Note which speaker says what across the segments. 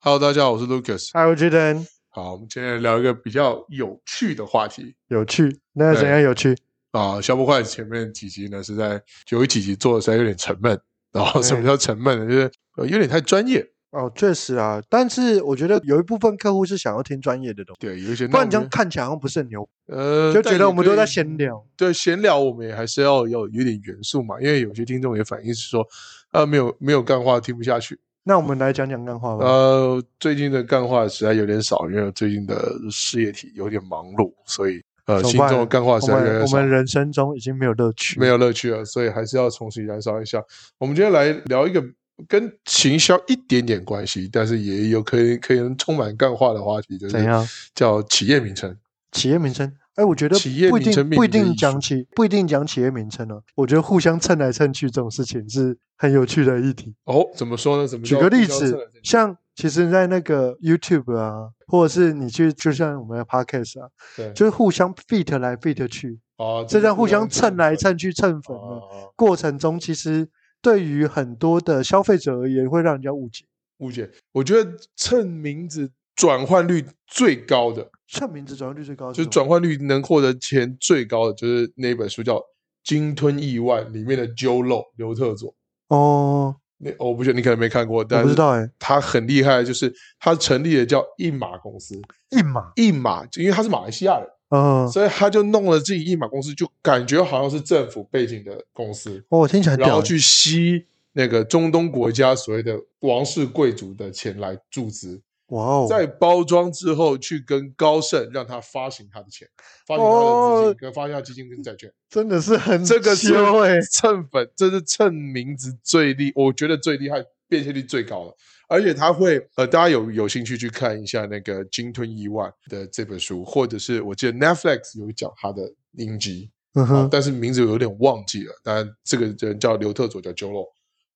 Speaker 1: Hello，大家好，我是 Lucas。
Speaker 2: 嗨，我觉得
Speaker 1: 好，我们今天来聊一个比较有趣的话题
Speaker 2: 有趣。那
Speaker 1: 对
Speaker 2: 怎样有趣？
Speaker 1: 啊。小不快前面几集呢是在有一几集做的实在有点沉闷，然后什么叫沉闷呢？就是呃有点太专业，
Speaker 2: 哦，确实啊，但是我觉得有一部分客户是想要听专业的东西，
Speaker 1: 对，有一些
Speaker 2: 不然你这
Speaker 1: 那
Speaker 2: 样
Speaker 1: 种
Speaker 2: 看起来好像不是很牛，
Speaker 1: 呃
Speaker 2: 就觉得我们都
Speaker 1: 聊。
Speaker 2: 在
Speaker 1: 但也可以
Speaker 2: 闲聊。
Speaker 1: 对闲聊，我们也还是要要有点元素嘛，因为有些听众也反映是说，啊，没有没有干话听不下去。
Speaker 2: 那我们来讲讲干话吧。
Speaker 1: 呃，最近的干话实在有点少，因为最近的事业体有点忙碌，所以呃，
Speaker 2: 怎么
Speaker 1: 心
Speaker 2: 办
Speaker 1: 中的干话实
Speaker 2: 我
Speaker 1: 在越来
Speaker 2: 们
Speaker 1: 越
Speaker 2: 我
Speaker 1: 少。
Speaker 2: 们人生中已经没有乐趣，
Speaker 1: 没有乐趣了，所以还是要重新燃烧一下。我们今天来聊一个跟行销一点点关系，但是也有可以可以充满干话的话题，就
Speaker 2: 怎
Speaker 1: 是
Speaker 2: 样？
Speaker 1: 叫企业名称。
Speaker 2: 企业名称？哎，我觉得
Speaker 1: 企业
Speaker 2: 不一
Speaker 1: 名称
Speaker 2: 定
Speaker 1: 命
Speaker 2: 不一
Speaker 1: 名的
Speaker 2: 定
Speaker 1: 艺术
Speaker 2: 讲起不一定讲企业名称哦。我觉得互相蹭来蹭去这种事情是很有趣的议题。
Speaker 1: 哦，怎么说呢？怎么
Speaker 2: 举
Speaker 1: 叫
Speaker 2: 个例
Speaker 1: 叫策略
Speaker 2: 子，像其实，在那个 YouTube 啊，或者是你去，就像我们的 Podcast 啊，
Speaker 1: 对，
Speaker 2: 就是互相 fit 来 fit 去，
Speaker 1: 啊，
Speaker 2: 这样互相蹭来
Speaker 1: 蹭
Speaker 2: 蹭去蹭
Speaker 1: 去
Speaker 2: 粉
Speaker 1: 啊
Speaker 2: 的过程中，其实对于很多的消费者而言，会让人家误解。
Speaker 1: 误解。我觉得蹭名字转换率最高的，
Speaker 2: 蹭名字转换率最高
Speaker 1: 就是是
Speaker 2: 什么，
Speaker 1: 转换率能获得钱最高的，就是那本书叫《鲸吞亿万》里面的 Joe Low 刘特佐。
Speaker 2: 哦，
Speaker 1: 那我不觉得你可能没看过，
Speaker 2: 我
Speaker 1: 但
Speaker 2: 不知
Speaker 1: 是
Speaker 2: 道哎、
Speaker 1: 他很厉害，就是他成立了叫一马公司，
Speaker 2: 一码，
Speaker 1: 一马，就因为他是马来西亚人，
Speaker 2: 嗯，
Speaker 1: 所以他就弄了自己一马公司，就感觉好像是政府背景的公司，
Speaker 2: 哦，听起来很
Speaker 1: 然
Speaker 2: 屌
Speaker 1: 后
Speaker 2: 欸、
Speaker 1: 去吸那个中东国家所谓的王室贵族的钱来注资，
Speaker 2: 哇哦，
Speaker 1: 再包装之后去跟高盛让他发行他的钱，发行他的资金
Speaker 2: 哦
Speaker 1: 跟发行他的基金跟债券，
Speaker 2: 真的是 很
Speaker 1: 这个是
Speaker 2: 羞欸
Speaker 1: 蹭粉，这是蹭名字最厉，我觉得最厉害，变现率最高的。而且他会，呃，大家有有兴趣去看一下那个《鲸吞亿万》的这本书，或者是我记得 Netflix 有讲他的影集、
Speaker 2: 嗯
Speaker 1: 啊
Speaker 2: 哼，
Speaker 1: 但是名字有点忘记了。当然，这个人叫刘特佐，叫 j o l o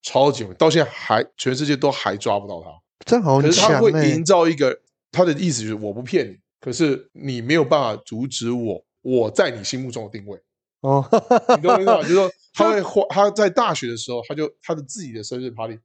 Speaker 1: 超级有名，到现在还全世界都还抓不到他。
Speaker 2: 这样好
Speaker 1: 可
Speaker 2: 像
Speaker 1: 是他
Speaker 2: 强
Speaker 1: 会
Speaker 2: 哎、
Speaker 1: 营造一个，他的意思就是我不骗你，可是你没有办法阻止我，我在你心目中的定位。
Speaker 2: 哦，
Speaker 1: 你懂我意思吗？就是说他会花他在大学的时候，他就他的自己的生日 party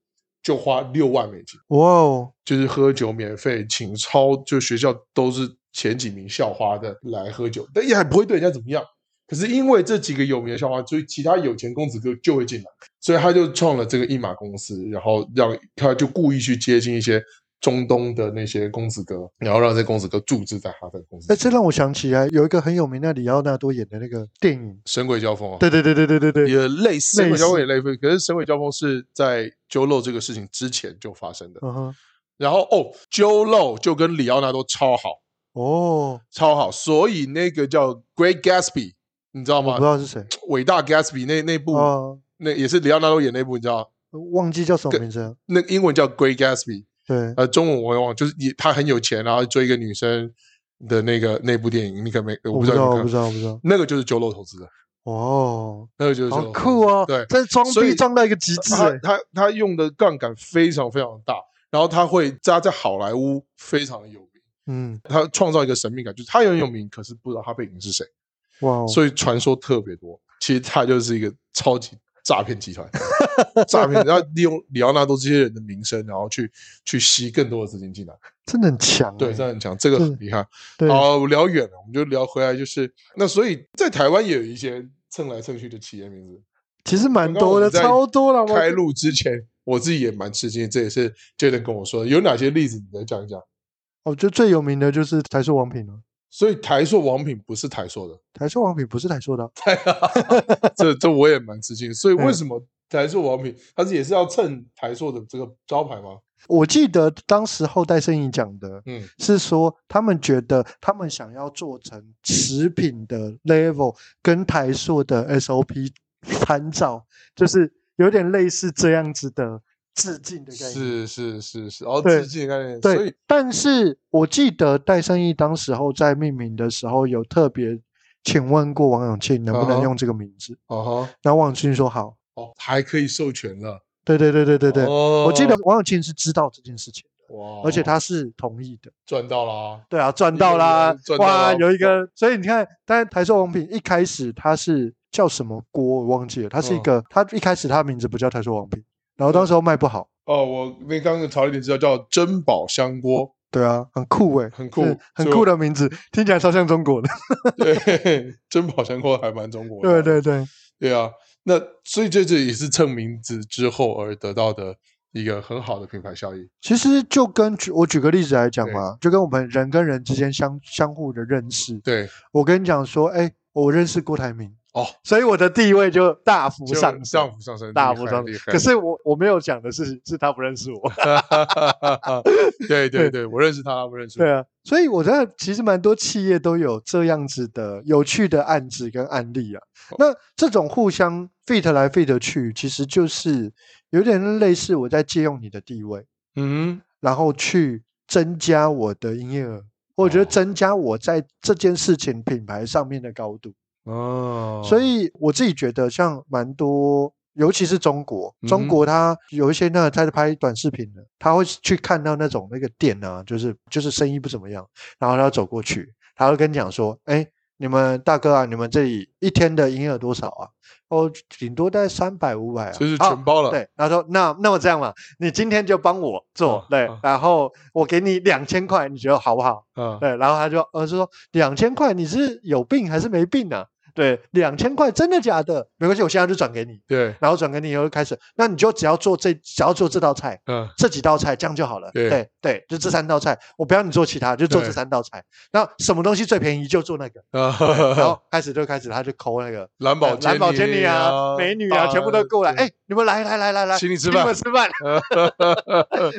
Speaker 1: 就花六万美金，
Speaker 2: 哇哦，
Speaker 1: 就是喝酒免费，请超就学校都是前几名校花的来喝酒，但也还不会对人家怎么样。可是因为这几个有名的校花，所以其他有钱公子哥就会进来，所以他就创了这个一马公司，然后让他就故意去接近一些中东的那些公子哥，然后让这公子哥注资在他的公司
Speaker 2: 哎，。这让我想起来有一个很有名的里奥纳多演的那个电影，
Speaker 1: 神鬼交锋啊！
Speaker 2: 对对对对对对对，
Speaker 1: 也类似，神
Speaker 2: 类
Speaker 1: 鬼交锋
Speaker 2: 似
Speaker 1: 也类似，可是神鬼交锋是在 Joe Low 这个事情之前就发生的。
Speaker 2: 嗯哼，
Speaker 1: 然后哦，Joe Low 就跟里奥纳多超好，
Speaker 2: 哦，
Speaker 1: 超好，所以那个叫 Great Gatsby，你知道
Speaker 2: 我不知
Speaker 1: 吗？
Speaker 2: 道是谁，
Speaker 1: 伟大 Gatsby 那那部、
Speaker 2: 哦，
Speaker 1: 那也是里奥纳多演那部，你知道吗？
Speaker 2: 忘记叫什么名字了，
Speaker 1: 那英文叫 Great Gatsby，
Speaker 2: 对，
Speaker 1: 呃，中文我也忘了，就是也他很有钱，然后追一个女生的那个那部电影，你可没我
Speaker 2: 我
Speaker 1: 不
Speaker 2: 不
Speaker 1: 知
Speaker 2: 知道，
Speaker 1: 道你
Speaker 2: 我
Speaker 1: 有没有
Speaker 2: 不
Speaker 1: 看，
Speaker 2: 知道，我不知道，
Speaker 1: 那个就是 Joe Low 投资的，
Speaker 2: 哦，
Speaker 1: 那个就是 Joe Low
Speaker 2: 好酷
Speaker 1: 投资的对，
Speaker 2: 哦，这装
Speaker 1: 所以啊
Speaker 2: 逼装到一个极致
Speaker 1: 他
Speaker 2: 哎，
Speaker 1: 他他用的杠杆非常非常大，然后他会扎在好莱坞非常的有名，
Speaker 2: 嗯，
Speaker 1: 他创造一个神秘感，就是他也很有名，可是不知道他背景是谁，
Speaker 2: 哇哦，
Speaker 1: 所以传说特别多。其实他就是一个超级诈骗集团， 诈骗，然后利用里奥纳多这些人的名声，然后去去吸更多的资金进来。
Speaker 2: 真的很强，欸
Speaker 1: 对，这，样讲这个很厉害。
Speaker 2: 哦对，
Speaker 1: 好，聊远了，我们就聊回来，就是那所以在台湾也有一些蹭来蹭去的企业名字，
Speaker 2: 其实蛮
Speaker 1: 刚刚我
Speaker 2: 多的，
Speaker 1: 们在
Speaker 2: 超多了，
Speaker 1: 开
Speaker 2: 我
Speaker 1: 录之前，我自己也蛮吃惊，这也是 Jaden 跟我说的。有哪些例子你能讲一讲？
Speaker 2: 哦我觉得最有名的就是台塑王品了，
Speaker 1: 所以台塑王品不是台塑的，
Speaker 2: 台塑王品不是台塑的啊，
Speaker 1: 这这我也蛮吃惊。所以 为
Speaker 2: 嗯
Speaker 1: 什么台塑王品，它是也是要蹭台塑的这个招牌吗？
Speaker 2: 我记得当时后代摄影讲的，
Speaker 1: 嗯，
Speaker 2: 是说他们觉得他们想要做成食品的 level 跟台塑的 SOP 参照，就是有点类似这样子的致敬的概念。
Speaker 1: 是是是是，然后
Speaker 2: 对
Speaker 1: 致敬的概念，所以
Speaker 2: 对，但是我记得戴胜义当时候在命名的时候有特别请问过王永庆能不
Speaker 1: 啊
Speaker 2: 能
Speaker 1: 哈
Speaker 2: 用这个名字，
Speaker 1: 哦哈，
Speaker 2: 然后王永庆说好。
Speaker 1: 哦还可以授权了，
Speaker 2: 对对对对对对，
Speaker 1: 哦
Speaker 2: 我记得王永庆是知道这件事情，
Speaker 1: 哇，
Speaker 2: 而且他是同意的。
Speaker 1: 赚到了啊，
Speaker 2: 对啊，赚
Speaker 1: 一
Speaker 2: 到
Speaker 1: 个
Speaker 2: 啦
Speaker 1: 人！赚到啦
Speaker 2: 哇，有一个，所以你看，但是台塑王品一开始它是叫什么锅我忘记了，它是一
Speaker 1: 嗯
Speaker 2: 个，它一开始它的名字不叫台塑王品，然后当时候卖不好，
Speaker 1: 哦，我那刚刚查了一点资料，叫珍宝香锅。
Speaker 2: 对啊，很酷哎、
Speaker 1: 很酷
Speaker 2: 是很
Speaker 1: 就
Speaker 2: 酷的名字，听起来超像中国的。
Speaker 1: 对，珍宝香锅还蛮中国
Speaker 2: 对
Speaker 1: 的。
Speaker 2: 对对，
Speaker 1: 对啊，那所以这这也是蹭名字之后而得到的一个很好的品牌效益。
Speaker 2: 其实就跟举我举个例子来讲
Speaker 1: 对
Speaker 2: 嘛，就跟我们人跟人之间相相互的认识。
Speaker 1: 对，
Speaker 2: 我跟你讲说，哎，我认识郭台铭，
Speaker 1: 哦，
Speaker 2: 所以我的地位就大幅
Speaker 1: 就
Speaker 2: 上
Speaker 1: 上
Speaker 2: 升，
Speaker 1: 浮上升，
Speaker 2: 大
Speaker 1: 厉
Speaker 2: 幅
Speaker 1: 害
Speaker 2: 上
Speaker 1: 厉
Speaker 2: 升。
Speaker 1: 害。
Speaker 2: 可是我我没有讲的是，是他不认识我。
Speaker 1: 对对对，我认识他，我认识。
Speaker 2: 对啊，所以我觉得其实蛮多企业都有这样子的有趣的案子跟案例啊。
Speaker 1: 哦
Speaker 2: 那这种互相 fit 来 fit 去，其实就是有点类似我在借用你的地位，
Speaker 1: 嗯
Speaker 2: 然后去增加我的营业额，或者
Speaker 1: 哦
Speaker 2: 增加我在这件事情品牌上面的高度。
Speaker 1: 哼，哦，
Speaker 2: 所以我自己觉得，像蛮多，尤其是中国，
Speaker 1: 嗯
Speaker 2: 中
Speaker 1: 哼
Speaker 2: 国它有一些那他在拍短视频的，他会去看到那种那个店啊，就是就是生意不怎么样，然后他走过去，他会跟你讲说，哎，你们大哥啊，你们这里一天的营业额多少啊？哦，顶多在三百五百啊，
Speaker 1: 就是
Speaker 2: 啊
Speaker 1: 全包了。
Speaker 2: 对，他说那那么这样嘛，你今天就帮我做，
Speaker 1: 啊
Speaker 2: 对，
Speaker 1: 啊
Speaker 2: 然后我给你两千块，你觉得好不好？
Speaker 1: 啊，
Speaker 2: 对，然后他就呃就说两千块你是有病还是没病啊？对，两千块真的假的？没关系，我现在就转给你，
Speaker 1: 对，
Speaker 2: 然后转给你以后就开始，那你就只要做这只要做这道菜，
Speaker 1: 嗯，
Speaker 2: 这几道菜这样就好了。
Speaker 1: 对
Speaker 2: 对对，就这三道菜，我不要你做其他，就做这
Speaker 1: 对
Speaker 2: 三道菜。那什么东西最便宜就做那个， 然
Speaker 1: 啊，
Speaker 2: 后开始就开始他就抠那个
Speaker 1: 蓝宝
Speaker 2: 呃蓝宝坚尼啊、美女啊，全部都过来，哎，你们来来来来来，
Speaker 1: 请你吃
Speaker 2: 请
Speaker 1: 饭
Speaker 2: 们，吃 饭。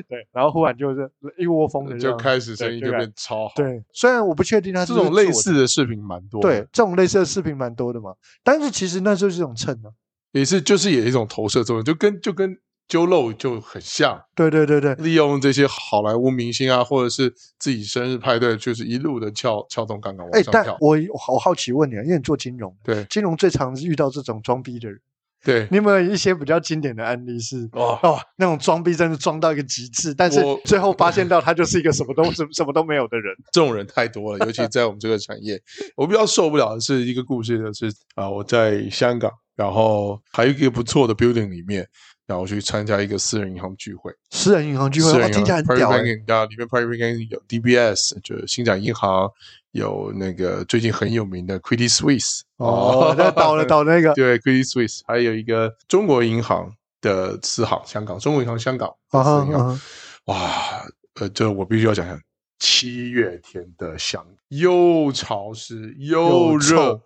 Speaker 2: 对，然后忽然就是一窝蜂的
Speaker 1: 就
Speaker 2: 这样
Speaker 1: 开始生意就变超好。
Speaker 2: 对，虽然我不确定他是
Speaker 1: 这
Speaker 2: 不是
Speaker 1: 种类
Speaker 2: 做的
Speaker 1: 似的视频蛮多，
Speaker 2: 对，，这种类似的视频蛮多的嘛。但是其实那就是一种蹭啊。
Speaker 1: 也是就是也一种投射作用，就跟就跟揪漏就很像，
Speaker 2: 对对对对
Speaker 1: 利用这些好莱坞明星啊，或者是自己生日派对，就是一路的撬撬动杠杆
Speaker 2: 哎
Speaker 1: 往，上
Speaker 2: 但
Speaker 1: 跳。
Speaker 2: 我我好奇问你啊，因为你做金融，
Speaker 1: 对
Speaker 2: 金融最常遇到这种装逼的人，
Speaker 1: 对，
Speaker 2: 你有没有一些比较经典的案例是？
Speaker 1: 哦，
Speaker 2: 哦，那种装逼真的装到一个极致，但是
Speaker 1: 我
Speaker 2: 最后发现到他就是一个什么都什么什么都没有的人。
Speaker 1: 这种人太多了， 尤其在我们这个产业，我比较受不了的是一个故事，就是啊、我在香港，然后还有一个不错的 building 里面，然后去参加一个私人银行聚会，
Speaker 2: 私人银行聚会，
Speaker 1: 私
Speaker 2: 哦
Speaker 1: 人银行
Speaker 2: 听起来很
Speaker 1: private
Speaker 2: 屌哎、
Speaker 1: banking 啊，里面 private banking 有 DBS，就是星展银行，有那个最近很有名的 Credit Suisse，
Speaker 2: 哦，那倒 了倒那个，
Speaker 1: 对，Credit Suisse，还有一个中国银行的次行，香港中国银行香港
Speaker 2: 啊
Speaker 1: 私
Speaker 2: 哈
Speaker 1: 人银
Speaker 2: 啊
Speaker 1: 行，
Speaker 2: 哈，
Speaker 1: 哇，呃，这我必须要讲讲七月天的香港，又潮湿又
Speaker 2: 又
Speaker 1: 热
Speaker 2: 臭，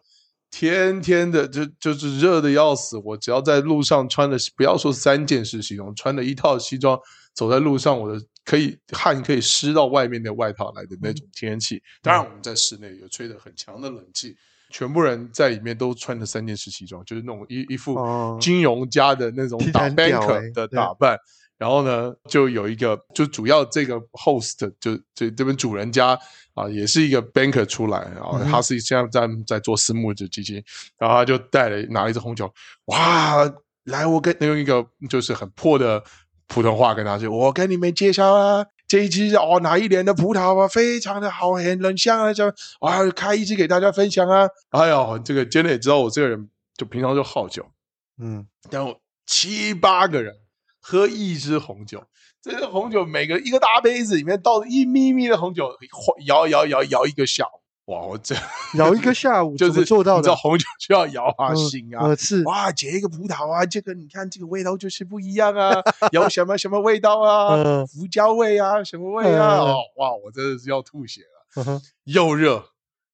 Speaker 1: 天天的就就是热的要死。我只要在路上穿的，不要说三件式西装，穿了一套西装走在路上，我的可以汗可以湿到外面的外套来的
Speaker 2: 嗯
Speaker 1: 那种天气。当然，我们在室内有吹的很强的冷气。全部人在里面都穿着三件式西装，就是那种一一副
Speaker 2: 哦
Speaker 1: 金融家的那种
Speaker 2: 听起
Speaker 1: 打
Speaker 2: 来很屌
Speaker 1: banker
Speaker 2: 欸
Speaker 1: 的
Speaker 2: 对
Speaker 1: 打扮，然后呢，就有一个就主要这个 host 就就这边主人家啊，也是一个 banker 出来啊，
Speaker 2: 嗯哼
Speaker 1: 他是现在在在做私募的基金，然后他就带了拿了一支红酒，哇，来我跟用一个就是很破的普通话跟他说，我跟你们介绍啊。这一支哦，哪一年的葡萄啊，非常的好，很冷香啊，这样啊，开一支给大家分享啊。哎呦，这个 j e 也知道我这个人就平常就好酒，
Speaker 2: 嗯，
Speaker 1: 然后七八个人喝一支红酒，这支红酒每个一个大杯子里面倒一咪咪的红酒，摇摇摇摇一个下午，哇，我这
Speaker 2: 摇一个下午
Speaker 1: 就是
Speaker 2: 怎么做到
Speaker 1: 你知
Speaker 2: 的
Speaker 1: 道？红酒就要摇啊、
Speaker 2: 嗯
Speaker 1: 醒啊，
Speaker 2: 呃是
Speaker 1: 哇，解一个葡萄啊，这个你看这个味道就是不一样啊，有什么什么味道啊，
Speaker 2: 嗯
Speaker 1: 胡椒味啊，什么味啊，
Speaker 2: 嗯嗯嗯
Speaker 1: 哦，哇，我真的是要吐血了。
Speaker 2: 嗯哼
Speaker 1: 又热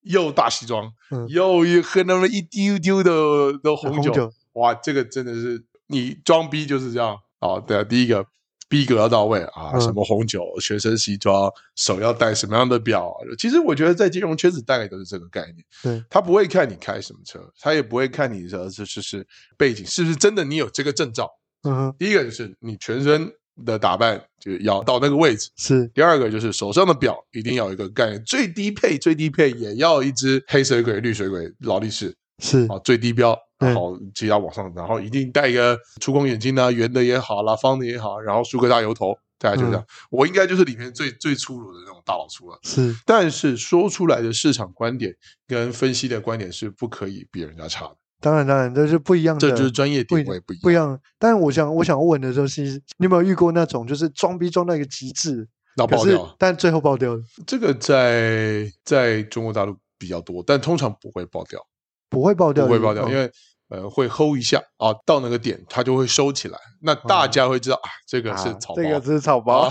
Speaker 1: 又大西装，
Speaker 2: 嗯
Speaker 1: 又一喝那么一丢丢的的红酒，
Speaker 2: 红酒
Speaker 1: 哇，这个真的是你装逼就是这样啊！对啊，第一个逼格要到位啊，
Speaker 2: 嗯
Speaker 1: 什么红酒、学生西装，手要戴什么样的表、啊其实我觉得在金融圈子大概都是这个概念，
Speaker 2: 对，
Speaker 1: 他不会看你开什么车，他也不会看你的就是是背景是不是真的你有这个证照。
Speaker 2: 嗯哼
Speaker 1: 第一个就是你全身的打扮就要到那个位置。
Speaker 2: 是
Speaker 1: 第二个就是手上的表一定要有一个概念，最低配最低配也要一只黑水鬼、绿水鬼、劳力士
Speaker 2: 是
Speaker 1: 啊，最低标，
Speaker 2: 嗯对
Speaker 1: 然后其他往上，然后一定戴一个粗框眼镜啊，圆的也好啦，方的也好，然后梳个大油头，大概就这
Speaker 2: 嗯
Speaker 1: 样。我应该就是里面最最粗鲁的那种大老粗了。
Speaker 2: 是
Speaker 1: 但是说出来的市场观点跟分析的观点是不可以比人家差的，
Speaker 2: 当然当然，这是不一样的，
Speaker 1: 这就是专业
Speaker 2: 不
Speaker 1: 定
Speaker 2: 一
Speaker 1: 位不一
Speaker 2: 不一
Speaker 1: 样。
Speaker 2: 样。但我想我想问的就是，你有没有遇过那种就是装逼装到一个极致，
Speaker 1: 那
Speaker 2: 可
Speaker 1: 爆
Speaker 2: 是
Speaker 1: 料
Speaker 2: 但最后爆掉了，
Speaker 1: 这个在在中国大陆比较多，但通常不会爆掉，
Speaker 2: 不会爆掉
Speaker 1: 不
Speaker 2: 的，
Speaker 1: 会爆掉，
Speaker 2: 哦
Speaker 1: 因为呃会 hold 一下啊，到那个点它就会收起来，那大家会知道啊，这个是
Speaker 2: 嗯啊
Speaker 1: 草包，啊
Speaker 2: 这个是草包，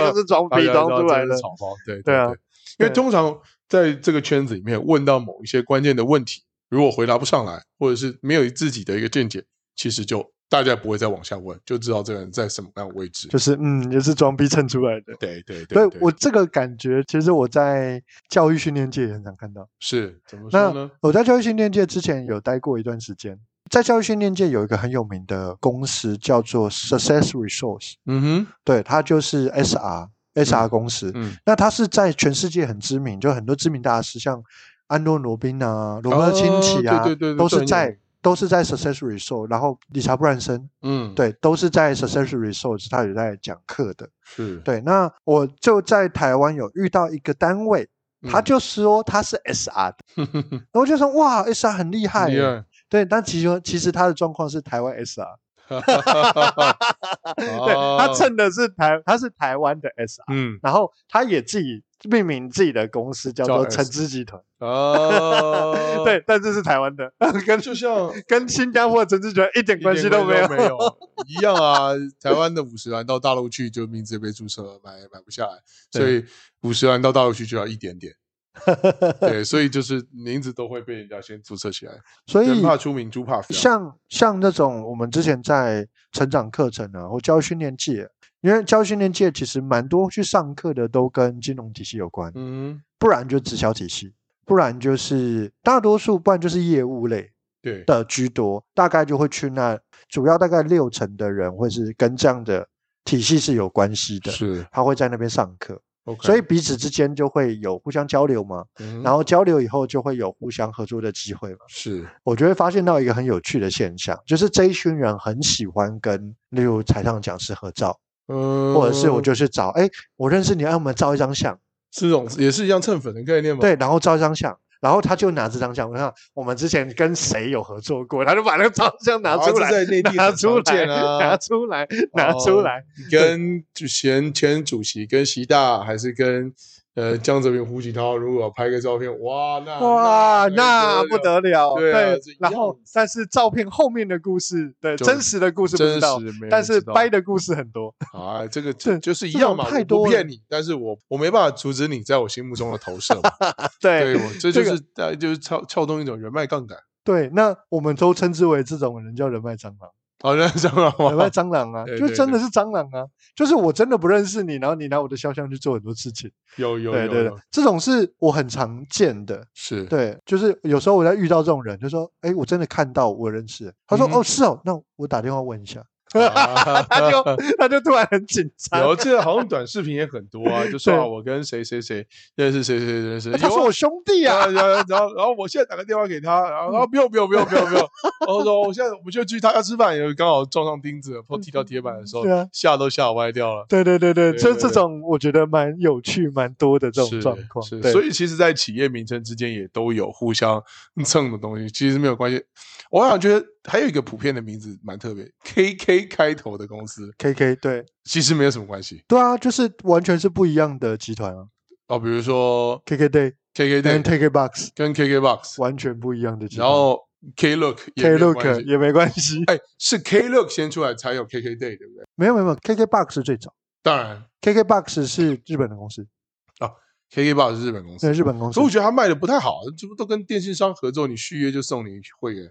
Speaker 2: 个是装
Speaker 1: 大
Speaker 2: 逼
Speaker 1: 家
Speaker 2: 装
Speaker 1: 知道
Speaker 2: 出
Speaker 1: 这
Speaker 2: 来
Speaker 1: 是
Speaker 2: 的。
Speaker 1: 草包，对
Speaker 2: 对啊，
Speaker 1: 因为
Speaker 2: 对
Speaker 1: 通常在这个圈子里面，问到某一些关键的问题，如果回答不上来，或者是没有自己的一个见解，其实就大家不会再往下问，就知道这个人在什么样的位置。
Speaker 2: 就是嗯，也是装逼蹭出来的。
Speaker 1: 对对
Speaker 2: 对
Speaker 1: 对，
Speaker 2: 我这个感觉，其实我在教育训练界也很常看到。
Speaker 1: 是怎么说
Speaker 2: 那
Speaker 1: 呢？
Speaker 2: 我在教育训练界之前有待过一段时间，在教育训练界有一个很有名的公司叫做 Success Resource，
Speaker 1: 嗯哼，
Speaker 2: 对，它就是 SR SR 公司。
Speaker 1: 嗯，
Speaker 2: 那它是在全世界很知名，就很多知名大师，像安东罗宾啊、罗伯特清崎啊，
Speaker 1: 哦对对对对
Speaker 2: 都
Speaker 1: 都
Speaker 2: 是
Speaker 1: 很有
Speaker 2: 在都是在 Success Resource，然后理查布兰森，
Speaker 1: 嗯，，
Speaker 2: 对，都是在 Success Resource，他有在讲课的。
Speaker 1: 是，
Speaker 2: 对，那我就在台湾有遇到一个单位，他
Speaker 1: 嗯
Speaker 2: 就说他是 SR 的，然后我就说哇，SR 很厉害
Speaker 1: 厉
Speaker 2: 耶，
Speaker 1: 害，
Speaker 2: 对，但其实其实他的状况是台湾 SR，对他
Speaker 1: 哦
Speaker 2: 蹭的是台，他是台湾的 SR，
Speaker 1: 嗯，
Speaker 2: 然后他也自己命名自己的公司叫
Speaker 1: 叫
Speaker 2: 做
Speaker 1: S
Speaker 2: 橙汁集团，
Speaker 1: 哦，
Speaker 2: 对，，但这是台湾的， 跟
Speaker 1: 就 像
Speaker 2: 跟新加坡的橙汁集团一点
Speaker 1: 一
Speaker 2: 关
Speaker 1: 点
Speaker 2: 系都没有。
Speaker 1: 没有，一样啊。台湾的五十岚到大陆去，就名字被注册了，买买不下来，
Speaker 2: 对
Speaker 1: 所以五十岚到大陆去就要一 点点。对，所以就是名字都会被人家先注册起来，
Speaker 2: 所以
Speaker 1: 人怕出名，猪怕肥啊。
Speaker 2: 像像那种我们之前在成长课程啊，或教育训练界，因为教育训练界其实蛮多去上课的都跟金融体系有关，
Speaker 1: 嗯，
Speaker 2: 不然就直销体系，不然就是大多数，不然就是业务类
Speaker 1: 对，
Speaker 2: 的居多，大概就会去那，主要大概六成的人会是跟这样的体系是有关系的，
Speaker 1: 是
Speaker 2: 他会在那边上课，
Speaker 1: OK。
Speaker 2: 所以彼此之间就会有互相交流嘛，
Speaker 1: 嗯，
Speaker 2: 然后交流以后就会有互相合作的机会嘛。
Speaker 1: 是
Speaker 2: 我就会发现到一个很有趣的现象，就是这一群人很喜欢跟，例如台上讲师合照，
Speaker 1: 嗯，
Speaker 2: 或者是我就去找，哎，我认识你，哎，我们照一张相，
Speaker 1: 这种也是一样蹭粉的概念嘛。
Speaker 2: 对，然后照一张相，然后他就拿这张相，我看我们之前跟谁有合作过，他就把那个照相拿
Speaker 1: 啊，
Speaker 2: 出
Speaker 1: 这
Speaker 2: 来，
Speaker 1: 在内地
Speaker 2: 拿
Speaker 1: 很
Speaker 2: 出
Speaker 1: 常
Speaker 2: 来，
Speaker 1: 见啊，
Speaker 2: 拿出来，拿出
Speaker 1: 哦
Speaker 2: 来，
Speaker 1: 跟就前前主席跟习大还是跟呃江泽民、胡锦涛，如果拍个照片，哇，那那
Speaker 2: 哇，那
Speaker 1: 可
Speaker 2: 不得了，
Speaker 1: 对啊这一
Speaker 2: 然
Speaker 1: 样
Speaker 2: 后
Speaker 1: 子
Speaker 2: 但是照片后面的故事，对，
Speaker 1: 就
Speaker 2: 真实的故事不
Speaker 1: 真
Speaker 2: 知道，
Speaker 1: 实没
Speaker 2: 但
Speaker 1: 人
Speaker 2: 是
Speaker 1: 知道
Speaker 2: 掰的故事很多，
Speaker 1: 啊， 这个
Speaker 2: 这
Speaker 1: 就是一
Speaker 2: 这
Speaker 1: 样
Speaker 2: 种
Speaker 1: 嘛，
Speaker 2: 太
Speaker 1: 我
Speaker 2: 多
Speaker 1: 不
Speaker 2: 了
Speaker 1: 骗你，但是我我没办法阻止你在我心目中的投射嘛， 对
Speaker 2: 对
Speaker 1: 我这就
Speaker 2: 这个
Speaker 1: 是呃就是撬撬动一种人脉杠杆，
Speaker 2: 对，那我们都称之为这种人叫人脉蟑螂，
Speaker 1: 好像这样
Speaker 2: 人脉
Speaker 1: 吗？
Speaker 2: 蟑螂啊，
Speaker 1: 对
Speaker 2: 就
Speaker 1: 对
Speaker 2: 真的
Speaker 1: 对
Speaker 2: 是蟑螂啊，就是我真的不认识你，然后你拿我的肖像去做很多事情，
Speaker 1: 有有
Speaker 2: 对
Speaker 1: 有
Speaker 2: 对对
Speaker 1: 有，，
Speaker 2: 这种是我很常见的，
Speaker 1: 是，
Speaker 2: 对，就是有时候我在遇到这种人，就说，哎，我真的看到我认识，他说，
Speaker 1: 嗯
Speaker 2: 哦，是哦，那我打电话问一下，
Speaker 1: 啊
Speaker 2: 他就他就突然很紧张，
Speaker 1: 有这个好像短视频也很多啊，就说啊
Speaker 2: 对呃
Speaker 1: 我跟谁谁谁认识谁谁谁认识，
Speaker 2: 他
Speaker 1: 有
Speaker 2: 是
Speaker 1: 啊
Speaker 2: 我兄 弟啊，
Speaker 1: 然后然后然后然后我现在打个电话给他，然后然后不用不用不用不用不用，然后说我现在我们就去他家吃饭，也刚好撞上钉子了，碰踢到铁板的时候
Speaker 2: 对啊，
Speaker 1: 吓都吓歪掉了。
Speaker 2: 对对对对，
Speaker 1: 对
Speaker 2: 就
Speaker 1: 对
Speaker 2: 这
Speaker 1: 对
Speaker 2: 种我觉得蛮有趣、蛮多的这种
Speaker 1: 是
Speaker 2: 状况，
Speaker 1: 是
Speaker 2: 对
Speaker 1: 所以其实，在企业名称之间也都有互相蹭的东西，其实没有关系。我好像觉得还有一个普遍的名字蛮特别，KK 开头的公司，
Speaker 2: KK 对
Speaker 1: 其实没有什么关系
Speaker 2: 对啊，就是完全是不一样的集团啊
Speaker 1: 哦，比如说
Speaker 2: ，KK Day。
Speaker 1: KK
Speaker 2: 跟
Speaker 1: Day
Speaker 2: Take a Box
Speaker 1: 跟 KK Box，
Speaker 2: 完全不一样的集团。
Speaker 1: 然后 Klook 也没
Speaker 2: K
Speaker 1: 有关
Speaker 2: Look
Speaker 1: 系。
Speaker 2: 也没关系，
Speaker 1: 哎，是 Klook 先出来才有 KK Day，对不对？
Speaker 2: 没有没有没有，KK Box 是最早
Speaker 1: 当然。
Speaker 2: ，KK Box 是日本的公司，
Speaker 1: KKBOX 是日本公司
Speaker 2: 对，，日本公司
Speaker 1: 所以我觉得他卖的不太好，这不都跟电信商合作，你续约就送你会员，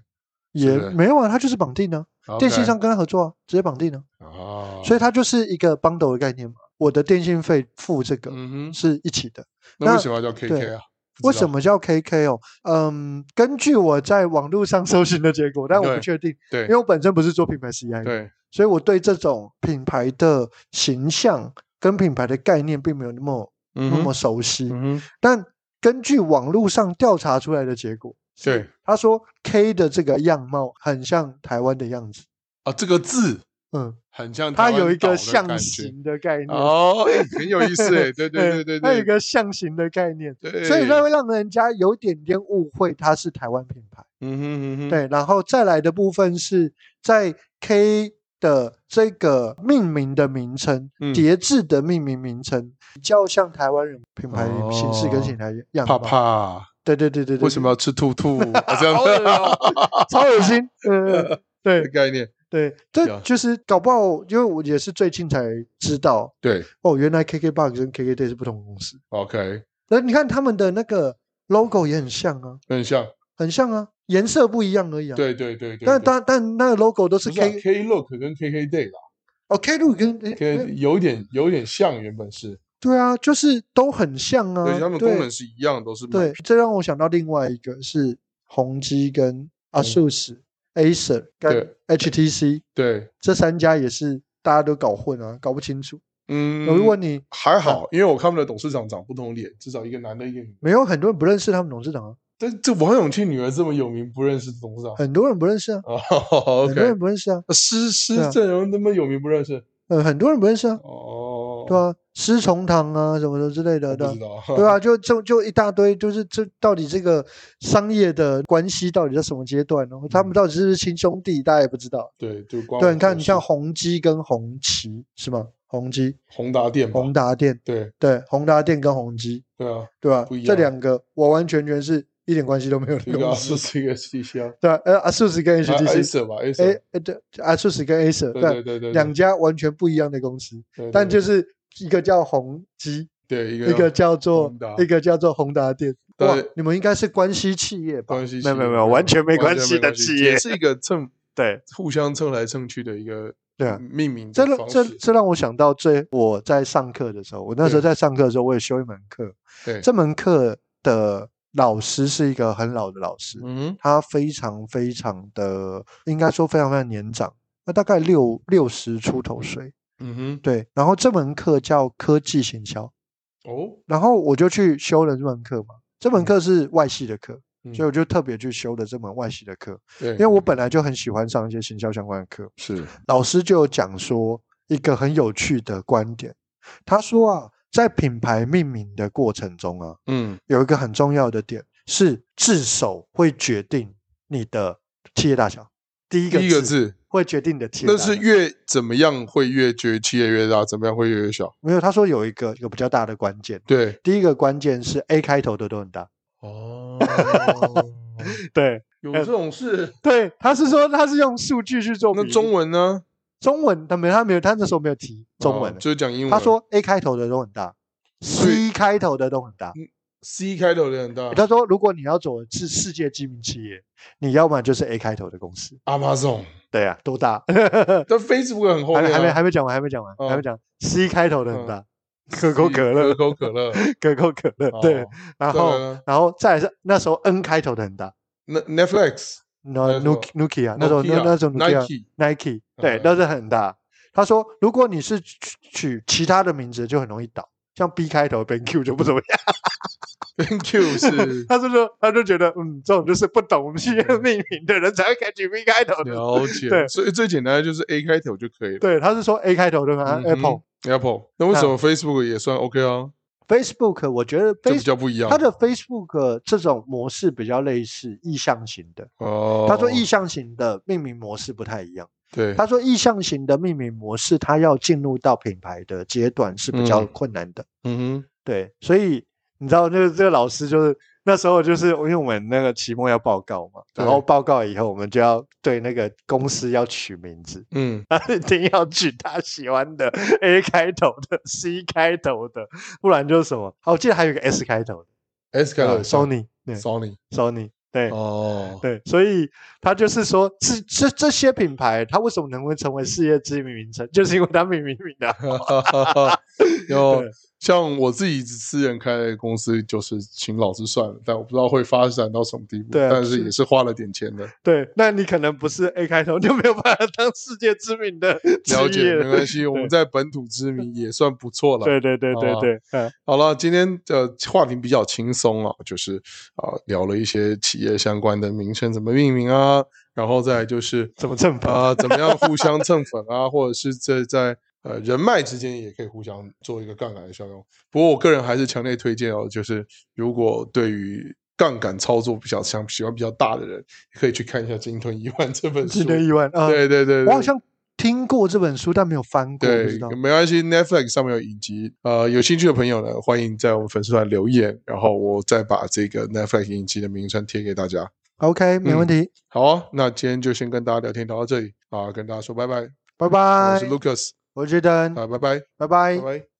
Speaker 2: 也
Speaker 1: 是不是
Speaker 2: 没有啊，它就是绑定呢、啊，电信
Speaker 1: OK
Speaker 2: 商跟他合作啊，直接绑定呢、
Speaker 1: 啊，
Speaker 2: 所以它就是一个 bundle 的概念嘛。我的电信费付这个
Speaker 1: 嗯哼，
Speaker 2: 是一起的，
Speaker 1: 那
Speaker 2: 那
Speaker 1: 为什么要叫 KK 啊？
Speaker 2: 为什
Speaker 1: 么？
Speaker 2: 么叫 KK 哦？嗯，根据我在网络上搜寻的结果，但我不
Speaker 1: 对
Speaker 2: 确定，
Speaker 1: 对
Speaker 2: 因为我本身不是做品牌 CI 的，
Speaker 1: 对，
Speaker 2: 所以我对这种品牌的形象跟品牌的概念并没有那么、
Speaker 1: 嗯
Speaker 2: 那么
Speaker 1: 哼，
Speaker 2: 熟悉。
Speaker 1: 嗯哼，
Speaker 2: 但根据网络上调查出来的结果，
Speaker 1: 对
Speaker 2: 他说 K 的这个样貌很像台湾的样子，
Speaker 1: 啊，这个字
Speaker 2: 嗯，
Speaker 1: 很像台
Speaker 2: 它
Speaker 1: 湾
Speaker 2: 有一
Speaker 1: 岛
Speaker 2: 个
Speaker 1: 的
Speaker 2: 象
Speaker 1: 感觉
Speaker 2: 形的概念，
Speaker 1: 哦，哎很有意思哎， 对对对对
Speaker 2: 它有一
Speaker 1: 对，
Speaker 2: 个象形的概念，
Speaker 1: 对，
Speaker 2: 所以它会让人家有点点误会它是台湾品牌，
Speaker 1: 嗯哼嗯哼，
Speaker 2: 对，然后再来的部分是在 K 的这个命名的名称
Speaker 1: 嗯，
Speaker 2: 叠字的命名名称，比较像台湾人品牌形式跟品牌样
Speaker 1: 哦怕
Speaker 2: 貌。
Speaker 1: 怕，
Speaker 2: 对对对对对，
Speaker 1: 为什么要吃兔兔？啊这样
Speaker 2: 好恶哦
Speaker 1: 的
Speaker 2: 超恶心？ 嗯，对
Speaker 1: 概念，
Speaker 2: 对，
Speaker 1: 有
Speaker 2: 这就是搞不好，因为我也是最近才知道，
Speaker 1: 对
Speaker 2: 哦，原来 KKBOX 跟 KKday 是不同公司。
Speaker 1: ，OK，
Speaker 2: 那你看他们的那个 logo 也很像啊，
Speaker 1: 很像，
Speaker 2: 很像啊，颜色不一样而已啊。，
Speaker 1: 对对对对。
Speaker 2: 但
Speaker 1: 对
Speaker 2: 但但那个 logo 都是
Speaker 1: 不是啊
Speaker 2: K
Speaker 1: K Look 跟 KK Day 啦
Speaker 2: 哦 K 路跟诶没有
Speaker 1: ，K 有点有点像，原本是，
Speaker 2: 对啊，就是都很像啊。
Speaker 1: 对，他们功能是一样，都是
Speaker 2: 对，对这让我想到另外一个是宏基跟 ASUS、Acer 跟 HTC
Speaker 1: 对，
Speaker 2: 这三家也是大家都搞混啊，搞不清楚。
Speaker 1: 嗯，
Speaker 2: 我就问你，
Speaker 1: 还好，因为我看他们的董事长长不同脸，至少一个男的，一个女的。
Speaker 2: 没有很多人不认识他们董事长啊，
Speaker 1: 但这王永庆女儿这么有名，不认识董事长
Speaker 2: 很多人不认识啊，
Speaker 1: 哦，OK，
Speaker 2: 很多人不认识啊，
Speaker 1: 施施
Speaker 2: 对啊
Speaker 1: 正荣那么有名，不认识
Speaker 2: 呃，很多人不认识啊，
Speaker 1: 哦，
Speaker 2: 对啊，施崇堂啊什么的之类的，
Speaker 1: 我不
Speaker 2: 对啊
Speaker 1: 知道，
Speaker 2: 对啊，就就就一大堆，就是这到底这个商业的关系到底在什么阶段呢？
Speaker 1: 嗯
Speaker 2: 他们到底是不是亲兄弟，大家也不知道。
Speaker 1: 对，就光
Speaker 2: 对，你看，你像宏基跟红旗是吗？宏基、
Speaker 1: 宏达店吧，
Speaker 2: 宏达电，
Speaker 1: 对
Speaker 2: 对，宏达电跟宏基，
Speaker 1: 对啊，
Speaker 2: 对吧
Speaker 1: 不一？
Speaker 2: 这
Speaker 1: 样
Speaker 2: 两个完完全全是一点关系都没有
Speaker 1: 一
Speaker 2: 的
Speaker 1: 个
Speaker 2: 公
Speaker 1: 是
Speaker 2: 司。
Speaker 1: 这个 C 箱
Speaker 2: 对啊，呃，ASUS 跟 HTC，
Speaker 1: ，Acer 吧，Acer，
Speaker 2: 哎，哎对，ASUS 跟 Acer，
Speaker 1: 对
Speaker 2: 对
Speaker 1: 对，对对，
Speaker 2: 两家完全不一样的公司，
Speaker 1: 对，对
Speaker 2: 但就是一个叫宏基，
Speaker 1: 对一个
Speaker 2: 一个叫做
Speaker 1: 宏达
Speaker 2: 一个叫做宏达电。
Speaker 1: 对
Speaker 2: 哇，你们应该是关系企业吧？
Speaker 1: 关系
Speaker 2: 没有没有没有完全没关系的企业
Speaker 1: 也是一个蹭
Speaker 2: 对
Speaker 1: 互相蹭来蹭去的一个
Speaker 2: 对啊。
Speaker 1: 命名
Speaker 2: 这
Speaker 1: 的
Speaker 2: 让
Speaker 1: 方
Speaker 2: 这
Speaker 1: 式，
Speaker 2: 这让我想到最我在上课的时候，我那时候
Speaker 1: 对
Speaker 2: 在上课的时候，我也修一门课。
Speaker 1: 对，
Speaker 2: 这门课的老师是一个很老的老师，
Speaker 1: 嗯
Speaker 2: 他非常非常的，应该说非常非常年长，那大概六六十出头岁。
Speaker 1: 嗯哼，
Speaker 2: 对，然后这门课叫科技行销，
Speaker 1: 哦，
Speaker 2: 然后我就去修了这门课嘛。这门课是外系的课，
Speaker 1: 嗯
Speaker 2: 所以我就特别去修了这门外系的课，
Speaker 1: 对，
Speaker 2: 因为我本来就很喜欢上一些行销相关的课。
Speaker 1: 是
Speaker 2: 老师就有讲说一个很有趣的观点，他说啊，在品牌命名的过程中啊，
Speaker 1: 嗯
Speaker 2: 有一个很重要的点是字首会决定你的企业大小，第一个
Speaker 1: 第一个字，
Speaker 2: 会决定你的企业
Speaker 1: 那
Speaker 2: 大小。
Speaker 1: 是越怎么样会越觉企业越大，怎么样会越小？
Speaker 2: 没有，他说有一个有比较大的关键，
Speaker 1: 对，
Speaker 2: 第一个关键是 A 开头的都很大。
Speaker 1: 哦，
Speaker 2: 对
Speaker 1: 有这种事？
Speaker 2: 对，他是说他是用数据去做比
Speaker 1: 那
Speaker 2: 喻。
Speaker 1: 中文呢？
Speaker 2: 中文他没他没有他那时候没有提中文
Speaker 1: 哦，就是讲英文。
Speaker 2: 他说 A 开头的都很大
Speaker 1: 以嗯
Speaker 2: ，C 开头的都很大。
Speaker 1: C 开头的很大
Speaker 2: 他说，如果你要走的是世界知名企业，你要么就是 A 开头的公司，
Speaker 1: ，Amazon，
Speaker 2: 对啊，多大？
Speaker 1: 但 Facebook 很后
Speaker 2: 还没
Speaker 1: 面
Speaker 2: 还没
Speaker 1: 啊，
Speaker 2: 还没讲完，还没讲完，
Speaker 1: 哦
Speaker 2: 还没讲 C 开头的很大，可口可
Speaker 1: C- 可
Speaker 2: 乐，
Speaker 1: 口可乐，
Speaker 2: 可口可乐，
Speaker 1: 哦
Speaker 2: 对，，
Speaker 1: 再来
Speaker 2: 然后
Speaker 1: 呢
Speaker 2: 然后再来是那时候 N 开头的很大，
Speaker 1: 那 Netflix，
Speaker 2: 然后
Speaker 1: 那时候
Speaker 2: Nuki Nokia 那时候那
Speaker 1: Nokia，
Speaker 2: 那时候 Nokia
Speaker 1: Nike
Speaker 2: Nike 对
Speaker 1: 嗯，
Speaker 2: 那是很大。他说，如果你是取取其他的名字，就很容易倒，像 B 开头 BenQ 就不怎么样。
Speaker 1: Thank you 是
Speaker 2: 他就说，他就觉得，嗯，这种就是不懂我们企业命名的人才会改取 B 开头
Speaker 1: 嗯
Speaker 2: 的。
Speaker 1: 了解，
Speaker 2: 对
Speaker 1: 所以最简单的就是 A 开头就可以了。
Speaker 2: 对，他是说 A 开头的嘛、
Speaker 1: 嗯哼
Speaker 2: a p p l e
Speaker 1: Apple，那为什么 Facebook 也算 OK 啊？
Speaker 2: Facebook，我觉得
Speaker 1: 这比
Speaker 2: Face
Speaker 1: 较不一样。
Speaker 2: 它的 Facebook 这种模式比较类似意向型的。
Speaker 1: 哦，
Speaker 2: 他说意向型的命名模式不太一样。
Speaker 1: 对，
Speaker 2: 他说意向型的命名模式，它要进入到品牌的阶段是比较
Speaker 1: 嗯
Speaker 2: 困难的。
Speaker 1: 嗯哼，
Speaker 2: 对，所以你知道，那个这个老师就是那时候就是因为我们那个期末要报告嘛，然后
Speaker 1: 对
Speaker 2: 报告以后，我们就要对那个公司要取名字。
Speaker 1: 嗯。
Speaker 2: 他一定要取他喜欢的 A 开头的、C 开头的，不然就是什么？哦我记得还有一个 S 开头的
Speaker 1: S 开头
Speaker 2: 呃
Speaker 1: 的商
Speaker 2: ，Sony，对
Speaker 1: 啊 Sony
Speaker 2: ，Sony，对
Speaker 1: 哦，
Speaker 2: 对，所以他就是说，这这这些品牌，它为什么能够成为世界知名名称，就是因为它命名啊名的。
Speaker 1: 有
Speaker 2: 对
Speaker 1: 像我自己私人开的公司，就是请老师算了，但我不知道会发展到什么地步，
Speaker 2: 对啊
Speaker 1: 但是
Speaker 2: 是
Speaker 1: 也是花了点钱的。
Speaker 2: 对，那你可能不是 A 开头，你就没有把它当世界知名的
Speaker 1: 了
Speaker 2: 职业
Speaker 1: 解没关 系，我们在本土知名也算不错了。
Speaker 2: 对对对对
Speaker 1: 好吧
Speaker 2: 对，嗯，
Speaker 1: 好了，今天的话题比较轻松啊，就是啊、聊了一些企业相关的名称怎么命名啊，然后再来就是
Speaker 2: 怎么正法？
Speaker 1: 啊、怎么样互相蹭粉啊， 或者是这在呃人脉之间也可以互相做一个杠杆的效用。不过我个人还是强烈推荐哦，就是如果对于杠杆操作比较想喜欢比较大的人，可以去看一下《金屯一万》这本书
Speaker 2: 记。得一万啊，
Speaker 1: 对对对，
Speaker 2: 我
Speaker 1: 对
Speaker 2: 好像听过这本书，但没有翻过，不
Speaker 1: 对
Speaker 2: 知道，。
Speaker 1: 没关系，Netflix 上面有影集，呃，有兴趣的朋友呢，欢迎在我们粉丝团留言，然后我再把这个 Netflix 影集的名称贴给大家。
Speaker 2: OK，没问题，
Speaker 1: 好啊，那今天就先跟大家聊天聊到这里啊，跟大家说拜拜。
Speaker 2: 拜
Speaker 1: 我
Speaker 2: 拜
Speaker 1: 是。Lucas，
Speaker 2: 我是 Jaden，
Speaker 1: 啊，拜拜，
Speaker 2: 拜拜
Speaker 1: 拜。拜。